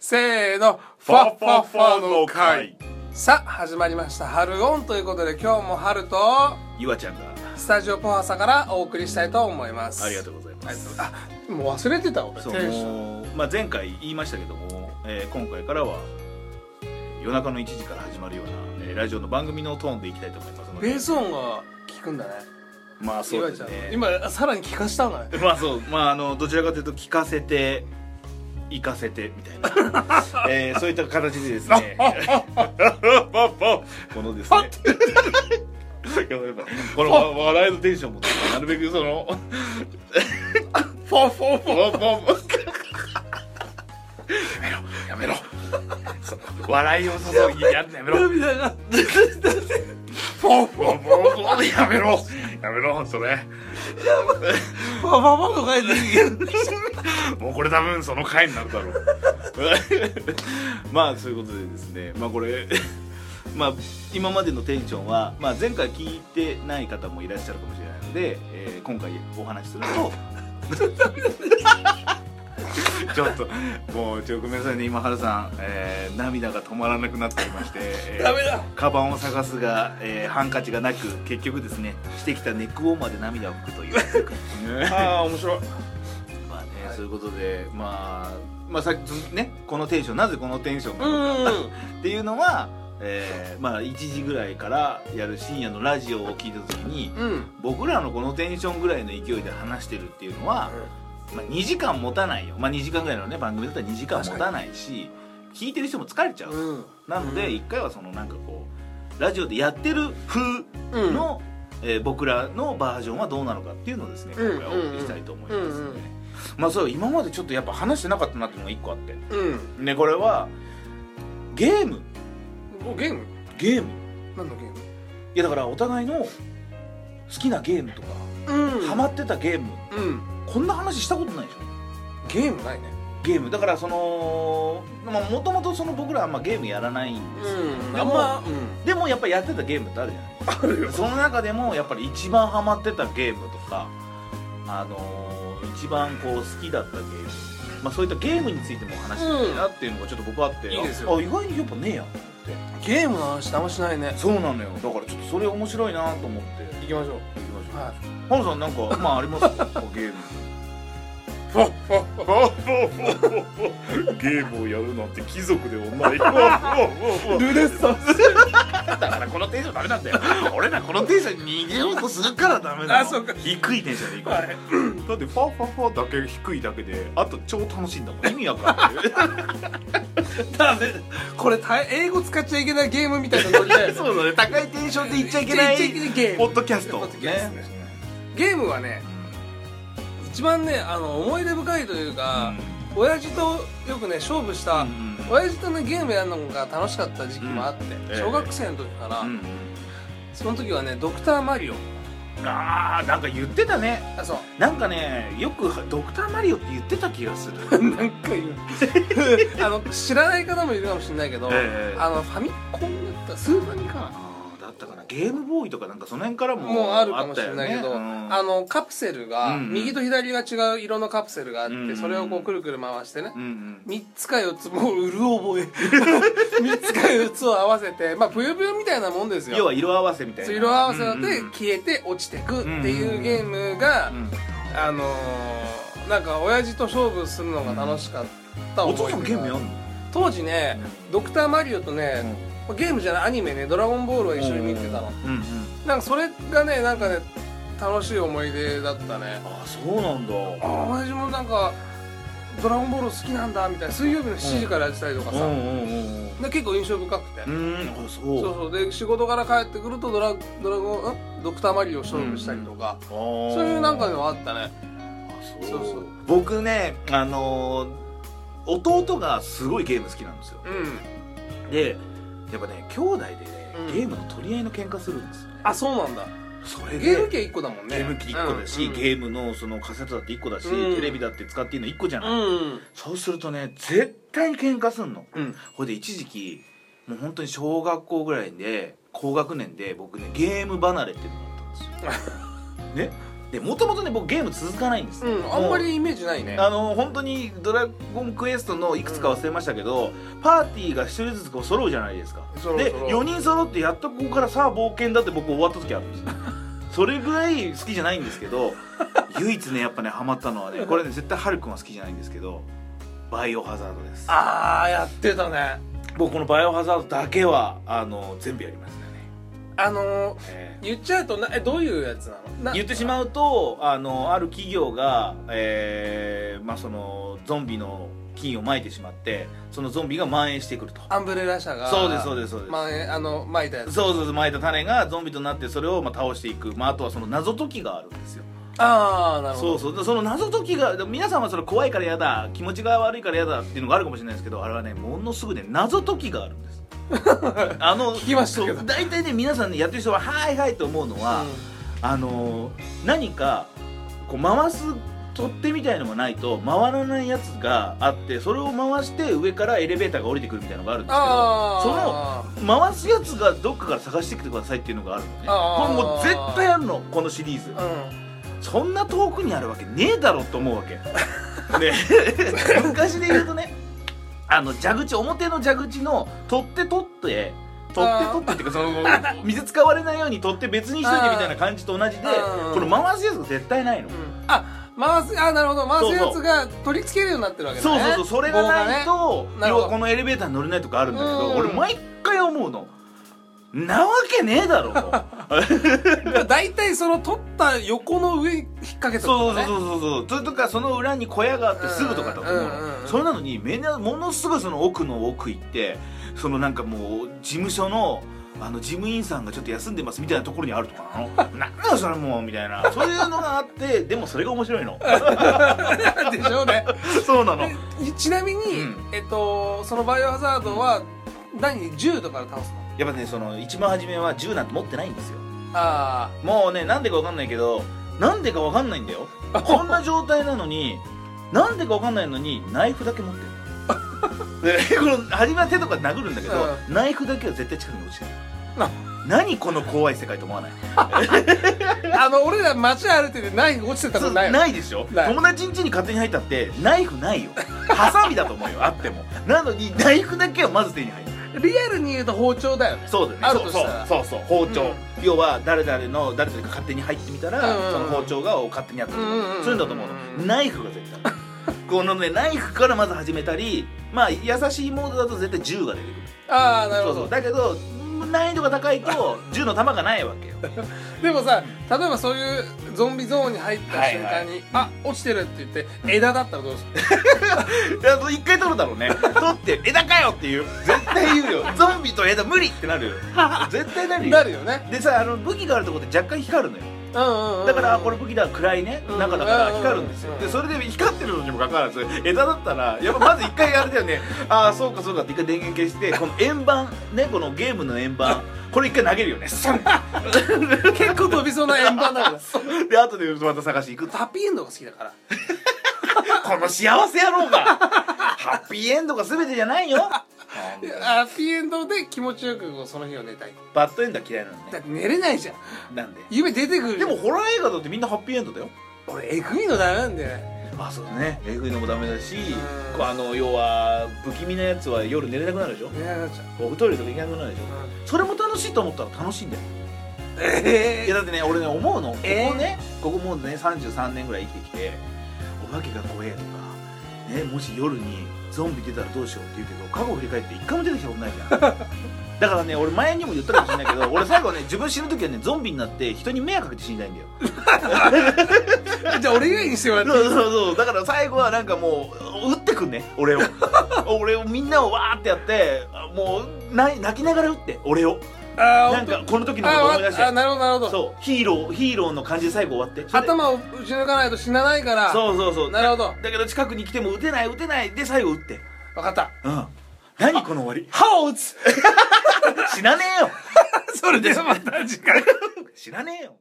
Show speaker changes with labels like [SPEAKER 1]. [SPEAKER 1] せーの
[SPEAKER 2] ファッファッファの会
[SPEAKER 1] さあ始まりました「春オン」ということで今日も春と
[SPEAKER 2] ゆわちゃんが
[SPEAKER 1] スタジオポハサからお送りしたいと思います
[SPEAKER 2] ありがとうござい
[SPEAKER 1] あ
[SPEAKER 2] ま
[SPEAKER 1] りがとう
[SPEAKER 2] す
[SPEAKER 1] ございますあもう忘れてた俺
[SPEAKER 2] そう
[SPEAKER 1] テンション
[SPEAKER 2] もうまあ、前回言いましたけども、えー今回からはえー夜中の1時から始まるような、えーラジオの番組のトーンでいきたいと思いますので
[SPEAKER 1] ベース音が効くんだね
[SPEAKER 2] まあそうですね
[SPEAKER 1] 今さらに聞かしたのね
[SPEAKER 2] まあそうまああのどちらかというと聞かせて行かせてみたい な、えーそういった形でですね このですねやばいやばいこのわ笑いのテンションもなるべくその
[SPEAKER 1] フォンフォンフォン
[SPEAKER 2] ポン ポンポン
[SPEAKER 1] やめろ
[SPEAKER 2] 笑いを注ぎやんのやめろ
[SPEAKER 1] 涙がフォンフォン
[SPEAKER 2] ポンポンポンやめろやめろそれ
[SPEAKER 1] フォンフォンフォンと書いてる
[SPEAKER 2] もうこれ多分その回になるだろう まあそういうことでですねまあこれ まあ今までのテンションは、まあ、前回聞いてない方もいらっしゃるかもしれないので、えー今回お話しすると ちょっともうちょっとごめんなさいね今原さん、えー涙が止まらなくなっておりまして、えー
[SPEAKER 1] ダメだ
[SPEAKER 2] カバンを探すが、えーハンカチがなく結局ですねしてきたネックウォーマーで涙を拭くという
[SPEAKER 1] ああ面白い
[SPEAKER 2] まあね、
[SPEAKER 1] はい
[SPEAKER 2] そういうことで、まあ、まあさっきずねこのテンションなぜこのテンション
[SPEAKER 1] う
[SPEAKER 2] なのか
[SPEAKER 1] ん
[SPEAKER 2] っていうのは、えーまあ1時ぐらいからやる深夜のラジオを聞いた時に
[SPEAKER 1] うん
[SPEAKER 2] 僕らのこのテンションぐらいの勢いで話してるっていうのは、まあ、2時間持たないよ、まあ、2時間ぐらいのね番組だったら2時間持たないし聞いてる人も疲れちゃう、
[SPEAKER 1] うん
[SPEAKER 2] なので
[SPEAKER 1] うん
[SPEAKER 2] 1回はそのなんかこうラジオでやってる風
[SPEAKER 1] うん
[SPEAKER 2] の、えー僕らのバージョンはどうなのかっていうのをですね
[SPEAKER 1] う
[SPEAKER 2] 今
[SPEAKER 1] ん
[SPEAKER 2] 回お送りしたいと思いますね、
[SPEAKER 1] うんうん
[SPEAKER 2] まあそう今までちょっとやっぱ話してなかったなっていうのが1個あって
[SPEAKER 1] うん
[SPEAKER 2] ねこれはゲーム
[SPEAKER 1] おゲーム
[SPEAKER 2] ゲーム
[SPEAKER 1] 何のゲーム
[SPEAKER 2] いやだからお互いの好きなゲームとか、
[SPEAKER 1] うん
[SPEAKER 2] ハマってたゲーム
[SPEAKER 1] うん
[SPEAKER 2] こんな話したことないでしょ
[SPEAKER 1] ゲームないね
[SPEAKER 2] ゲームだからそのまあもともとその僕らはあんまゲームやらないんですよ、
[SPEAKER 1] うん
[SPEAKER 2] で
[SPEAKER 1] あん
[SPEAKER 2] も
[SPEAKER 1] ま
[SPEAKER 2] でもやっぱやってたゲームってあるじゃない
[SPEAKER 1] あるよ
[SPEAKER 2] その中でもやっぱり一番ハマってたゲームとか、あのー一番こう好きだったゲーム、まあ、そういったゲームについてもお話ししたいなっていうのがちょっと僕あって、
[SPEAKER 1] うんいいですよ
[SPEAKER 2] あ意外にやっぱねえや
[SPEAKER 1] ゲームの話あんましないね
[SPEAKER 2] そうなのよだからちょっとそれ面白いなと思って
[SPEAKER 1] 行きましょう
[SPEAKER 2] 行きましょう
[SPEAKER 1] は
[SPEAKER 2] ハルさんなんかまああ りますかゲーム
[SPEAKER 1] フォッフォッフォ
[SPEAKER 2] ゲームをやるなんて貴族ではな い だ
[SPEAKER 1] ルネッサンス
[SPEAKER 2] からこのテンションダメなんだよ 俺らこのテンションに逃げようとするからダメなの
[SPEAKER 1] あそうか
[SPEAKER 2] 低いテンションでいこう、
[SPEAKER 1] はい
[SPEAKER 2] だってファーファーファーだけ低いだけであと超楽しいんだもん意味わかんない
[SPEAKER 1] ダメ これ大英語使っちゃいけないゲームみたいなノリだよね
[SPEAKER 2] うだね高いテンションで言っちゃいけ
[SPEAKER 1] 言
[SPEAKER 2] な
[SPEAKER 1] っちゃい
[SPEAKER 2] い
[SPEAKER 1] けないゲ
[SPEAKER 2] ポ
[SPEAKER 1] ー
[SPEAKER 2] ッ
[SPEAKER 1] ム
[SPEAKER 2] ドキャスト
[SPEAKER 1] ポッドキャストねゲームはね一番ねあの思い出深いというか親父とよくね勝負した親父とねゲームやるのが楽しかった時期もあって
[SPEAKER 2] うんええ
[SPEAKER 1] 小学生の時からその時はねドクターマリオ
[SPEAKER 2] あーなんか言ってたね
[SPEAKER 1] あそう
[SPEAKER 2] なんかねよく「ドクターマリオ」って言ってた気がす る
[SPEAKER 1] なんか 言うあの知らない方もいるかもしれないけど、
[SPEAKER 2] ええ
[SPEAKER 1] あのファミコンだったスーファミか
[SPEAKER 2] あーだったかなゲームボーイとかなんかその辺から
[SPEAKER 1] な
[SPEAKER 2] も
[SPEAKER 1] もうあるかもしれないけど
[SPEAKER 2] あ
[SPEAKER 1] あ,、
[SPEAKER 2] ったよね
[SPEAKER 1] のカプセル
[SPEAKER 2] う
[SPEAKER 1] が
[SPEAKER 2] ん
[SPEAKER 1] 右と左が違う色のカプセルがあって、
[SPEAKER 2] うん
[SPEAKER 1] それをこうくるくる回してね
[SPEAKER 2] うんうん
[SPEAKER 1] 3つか4つもううる覚え 3つか4つを合わせてまあぷよぷよみたいなもんですよ
[SPEAKER 2] 要は色合わせみたいな
[SPEAKER 1] そう色合わせだっ
[SPEAKER 2] うんうん
[SPEAKER 1] て消えて落ちてくっていうゲームが、
[SPEAKER 2] うん
[SPEAKER 1] あのーなんか親父と勝負するのが楽しかった
[SPEAKER 2] お
[SPEAKER 1] 思い出が
[SPEAKER 2] 父さんゲームやんの
[SPEAKER 1] 当時ねドクターマリオとね、ゲームじゃないアニメね「ドラゴンボール」を一緒に見てたの、
[SPEAKER 2] うんうん
[SPEAKER 1] なんかそれがねなんかね楽しい思い出だったね
[SPEAKER 2] あそうなんだ
[SPEAKER 1] ああ親父もなんか「ドラゴンボール好きなんだ」みたいな水曜日の7時からやってたりとかさ、
[SPEAKER 2] うんうんうんうん
[SPEAKER 1] で結構印象深くて、
[SPEAKER 2] うーんあそう
[SPEAKER 1] そうそうで仕事から帰ってくるとドラ「ドラゴンんドクターマリオ」勝負したりとか、
[SPEAKER 2] あー
[SPEAKER 1] そういうなんかのあったね
[SPEAKER 2] あそう
[SPEAKER 1] そうそう
[SPEAKER 2] 僕ねあのー弟がすごいゲーム好きなんですよ
[SPEAKER 1] うん
[SPEAKER 2] でやっぱね兄弟でね
[SPEAKER 1] うん
[SPEAKER 2] ゲームの取り合いの喧嘩するんですよね
[SPEAKER 1] あそうなんだ
[SPEAKER 2] それで
[SPEAKER 1] ゲーム機1個だもんね
[SPEAKER 2] ゲーム機1個だし、
[SPEAKER 1] うん
[SPEAKER 2] ゲームのそのカセットだって1個だし、
[SPEAKER 1] うん
[SPEAKER 2] テレビだって使っていいの1個じゃない、
[SPEAKER 1] うん
[SPEAKER 2] そうするとね絶対に喧嘩すんの
[SPEAKER 1] うん
[SPEAKER 2] ほいで一時期もう本当に小学校 ぐらいで高学年で僕ねゲーム離れっていうのがあったんですよねでもともとね僕ゲーム続かないんです、
[SPEAKER 1] うんあんまりイメージないね
[SPEAKER 2] あの本当に「ドラゴンクエスト」のいくつか忘れましたけど、パーティーが一人ずつこう揃うじゃないですか
[SPEAKER 1] 揃う
[SPEAKER 2] で
[SPEAKER 1] 揃う
[SPEAKER 2] 4人揃ってやっとここからさあ冒険だって僕終わった時あるん ですよそれぐらい好きじゃないんですけど唯一ねやっぱねハマったのはねこれね絶対ハルくんは好きじゃないんですけど「バイオハザード」です
[SPEAKER 1] あーやってたね
[SPEAKER 2] 僕この「バイオハザード」だけはあの全部やりましたね、
[SPEAKER 1] あのー
[SPEAKER 2] えー
[SPEAKER 1] 言っちゃうとなえどういうやつなのな
[SPEAKER 2] 言ってしまうとあのある企業が、えーまあ、そのゾンビの菌をまいてしまってそのゾンビが蔓延してくると
[SPEAKER 1] アンブレラ社が
[SPEAKER 2] そうですそうですすそうです、
[SPEAKER 1] まあ、あの巻いたやつ
[SPEAKER 2] そうそうそうまいた種がゾンビとなってそれをまあ倒していく、まあ、あとはその謎解きがあるんですよ
[SPEAKER 1] ああなるほど
[SPEAKER 2] そうそうでその謎解きがでも皆さんはそれ怖いからやだ気持ちが悪いからやだっていうのがあるかもしれないですけどあれはねものすぐね謎解きがある んですあの
[SPEAKER 1] 聞きましたけど
[SPEAKER 2] そう大体ね皆さんねやってる人は「はいはい」と思うのは、あのー何かこう回す取っ手みたいのもないと回らないやつがあってそれを回して上からエレベーターが降りてくるみたいなのがあるんですけど
[SPEAKER 1] ああ
[SPEAKER 2] その回すやつがどっかから探してきてくださいっていうのがあるのね
[SPEAKER 1] あー
[SPEAKER 2] これもう絶対あるのこのシリーズ
[SPEAKER 1] うん
[SPEAKER 2] そんな遠くにあるわけねえだろと思う わけね昔で言うとねあの蛇口表の蛇口の取っ手取って取って取ってっていうかその水使われないように取って別にしといてみたいな感じと同じで
[SPEAKER 1] あー
[SPEAKER 2] この回すやつが絶対ないの、
[SPEAKER 1] うんあ回すあなるほど回すや
[SPEAKER 2] そ
[SPEAKER 1] つ
[SPEAKER 2] う
[SPEAKER 1] が取り付けるようになってるわけだ
[SPEAKER 2] そう
[SPEAKER 1] ね
[SPEAKER 2] そうそうそれがない
[SPEAKER 1] 棒
[SPEAKER 2] と、
[SPEAKER 1] ねなる
[SPEAKER 2] 要
[SPEAKER 1] ほど
[SPEAKER 2] はこのエレベーターに乗れないとかあるんだけど
[SPEAKER 1] うん
[SPEAKER 2] 俺毎回思うのなわけねえだろと
[SPEAKER 1] がね大体その取った横の上に引っ掛けて
[SPEAKER 2] そうそう
[SPEAKER 1] う
[SPEAKER 2] そうそうそうそれとかその裏に小屋があってすぐとかだと思う
[SPEAKER 1] うんうんう
[SPEAKER 2] の
[SPEAKER 1] ん
[SPEAKER 2] それなのにみんなものすごいその奥の奥行ってそのなんかもう事務所のあの事務員さんがちょっと休んでますみたいなところにあるとか なのなんだよそれもうみたいなそういうのがあってでもそれが面 白いの
[SPEAKER 1] でしょうね
[SPEAKER 2] そう なの
[SPEAKER 1] でちなみに、
[SPEAKER 2] うん
[SPEAKER 1] えっとそのバイオハザードは何銃とかで倒すの
[SPEAKER 2] やっぱねその一番初めは銃なんて持ってないんですよ
[SPEAKER 1] あ
[SPEAKER 2] もうねなんでかわかんないけどなんでかわかんないんだよこんな状態なのになんでかわかんないのにナイフだけ持って るでこの初めは手とか殴るんだけど、
[SPEAKER 1] う
[SPEAKER 2] ナイフだけは絶対近くに落ちてる
[SPEAKER 1] な
[SPEAKER 2] 何この怖い世界と思わない
[SPEAKER 1] ああの俺ら街歩いててナイフ落ちてたこ
[SPEAKER 2] そ
[SPEAKER 1] と
[SPEAKER 2] う
[SPEAKER 1] ないよ
[SPEAKER 2] ないでしょ
[SPEAKER 1] ない
[SPEAKER 2] 友達ん家に勝手に入ったってナイフないよハサミだと思うよあってもなのにナイフだけはまず手に入る
[SPEAKER 1] リアルに言うと包丁だよね
[SPEAKER 2] そうだね
[SPEAKER 1] あるとしたら
[SPEAKER 2] そうそうそうそう包丁、
[SPEAKER 1] うん
[SPEAKER 2] 要は誰々の誰々が勝手に入ってみた
[SPEAKER 1] う
[SPEAKER 2] ら、
[SPEAKER 1] んうんうん
[SPEAKER 2] その包丁が勝手にやったとか、
[SPEAKER 1] うんうんうん
[SPEAKER 2] そういうんだと思うのナイフが絶対あるこのねナイフからまず始めたりまあ優しいモードだと絶対銃が出てくる
[SPEAKER 1] ああなる
[SPEAKER 2] そ
[SPEAKER 1] ほ
[SPEAKER 2] う
[SPEAKER 1] ど
[SPEAKER 2] そうだけど難易度が高い と銃の弾がないわけよ
[SPEAKER 1] でもさ例えばそういうゾンビゾーンに入った瞬間に、あ落ちてるって言って枝だったらどうする
[SPEAKER 2] あと一回取るだろうね取って枝かよっていう絶対 言うよゾンビと枝無理ってなるよ絶対なるよ
[SPEAKER 1] なるよね
[SPEAKER 2] でさあの武器があるところって若干光るのよ
[SPEAKER 1] うんうん、うん、
[SPEAKER 2] だからあこれ武器だ暗いね
[SPEAKER 1] うん
[SPEAKER 2] 中だから光るんですよ
[SPEAKER 1] うん
[SPEAKER 2] でそれで光ってるのにもかかわらず枝だったらやっぱまず一回あれだよねああそうかそうかって一回電源消して この円盤ねこのゲームの円盤これ一回投げるよねスン
[SPEAKER 1] 結構飛びそうな円盤だから
[SPEAKER 2] で後でまた探しに行く
[SPEAKER 1] ハッピーエンドが好きだから
[SPEAKER 2] この幸せ野 郎がハッピーエンドが全てじゃないよ
[SPEAKER 1] いやハッピーエンドで気持ちよくこうその日を寝たい
[SPEAKER 2] バッドエンドは嫌いなの
[SPEAKER 1] だ
[SPEAKER 2] ね
[SPEAKER 1] って寝れないじゃん
[SPEAKER 2] なんで
[SPEAKER 1] 夢出てくる
[SPEAKER 2] でもホラー映画だってみんなハッピーエンドだよ
[SPEAKER 1] 俺えぐいのダメなんだよね
[SPEAKER 2] まあそうだねえぐいのもダメだし
[SPEAKER 1] うん
[SPEAKER 2] こうあの要は不気味なやつは夜寝れなくなるでしょ
[SPEAKER 1] 寝れなくなっちゃう
[SPEAKER 2] おトイレとか行けなくなるでしょそれも楽しいと思ったら楽しいんだよ
[SPEAKER 1] え
[SPEAKER 2] いやだってね俺ね思うのここ
[SPEAKER 1] えー
[SPEAKER 2] ね、ここもうね33年ぐらい生きてきてお化けが怖えとか、ね、もし夜にゾンビ出たらどうしようって言うけど過去を振り返って一回も出てきたことないじゃ んだからね俺前にも言ったかもしれないけど俺最後ね自分死ぬ時はねゾンビになって人に迷惑かけて死にたいんだよ
[SPEAKER 1] じゃあ俺以外にしてもらっ
[SPEAKER 2] そうそうそうだから最後はなんかもう撃ってくんね 俺を俺をみんなをわーってやってもう泣泣きながら撃って俺を
[SPEAKER 1] てあ
[SPEAKER 2] な
[SPEAKER 1] あ
[SPEAKER 2] ん
[SPEAKER 1] ー
[SPEAKER 2] か
[SPEAKER 1] 本
[SPEAKER 2] この時
[SPEAKER 1] 当
[SPEAKER 2] のこと
[SPEAKER 1] あ
[SPEAKER 2] 思い出し
[SPEAKER 1] ー
[SPEAKER 2] て
[SPEAKER 1] あなるほどなるほど
[SPEAKER 2] そうヒーローヒーローの感じで最後終わってそれで
[SPEAKER 1] 頭を打ち抜かないと死なないから
[SPEAKER 2] そうそうそう
[SPEAKER 1] なるほど
[SPEAKER 2] だけど近くに来ても打てない打てないで最後打って
[SPEAKER 1] 分かった
[SPEAKER 2] うん何この終 わ
[SPEAKER 1] 歯を打つ
[SPEAKER 2] り死なねえよ
[SPEAKER 1] それではまた次回
[SPEAKER 2] 死なねえよ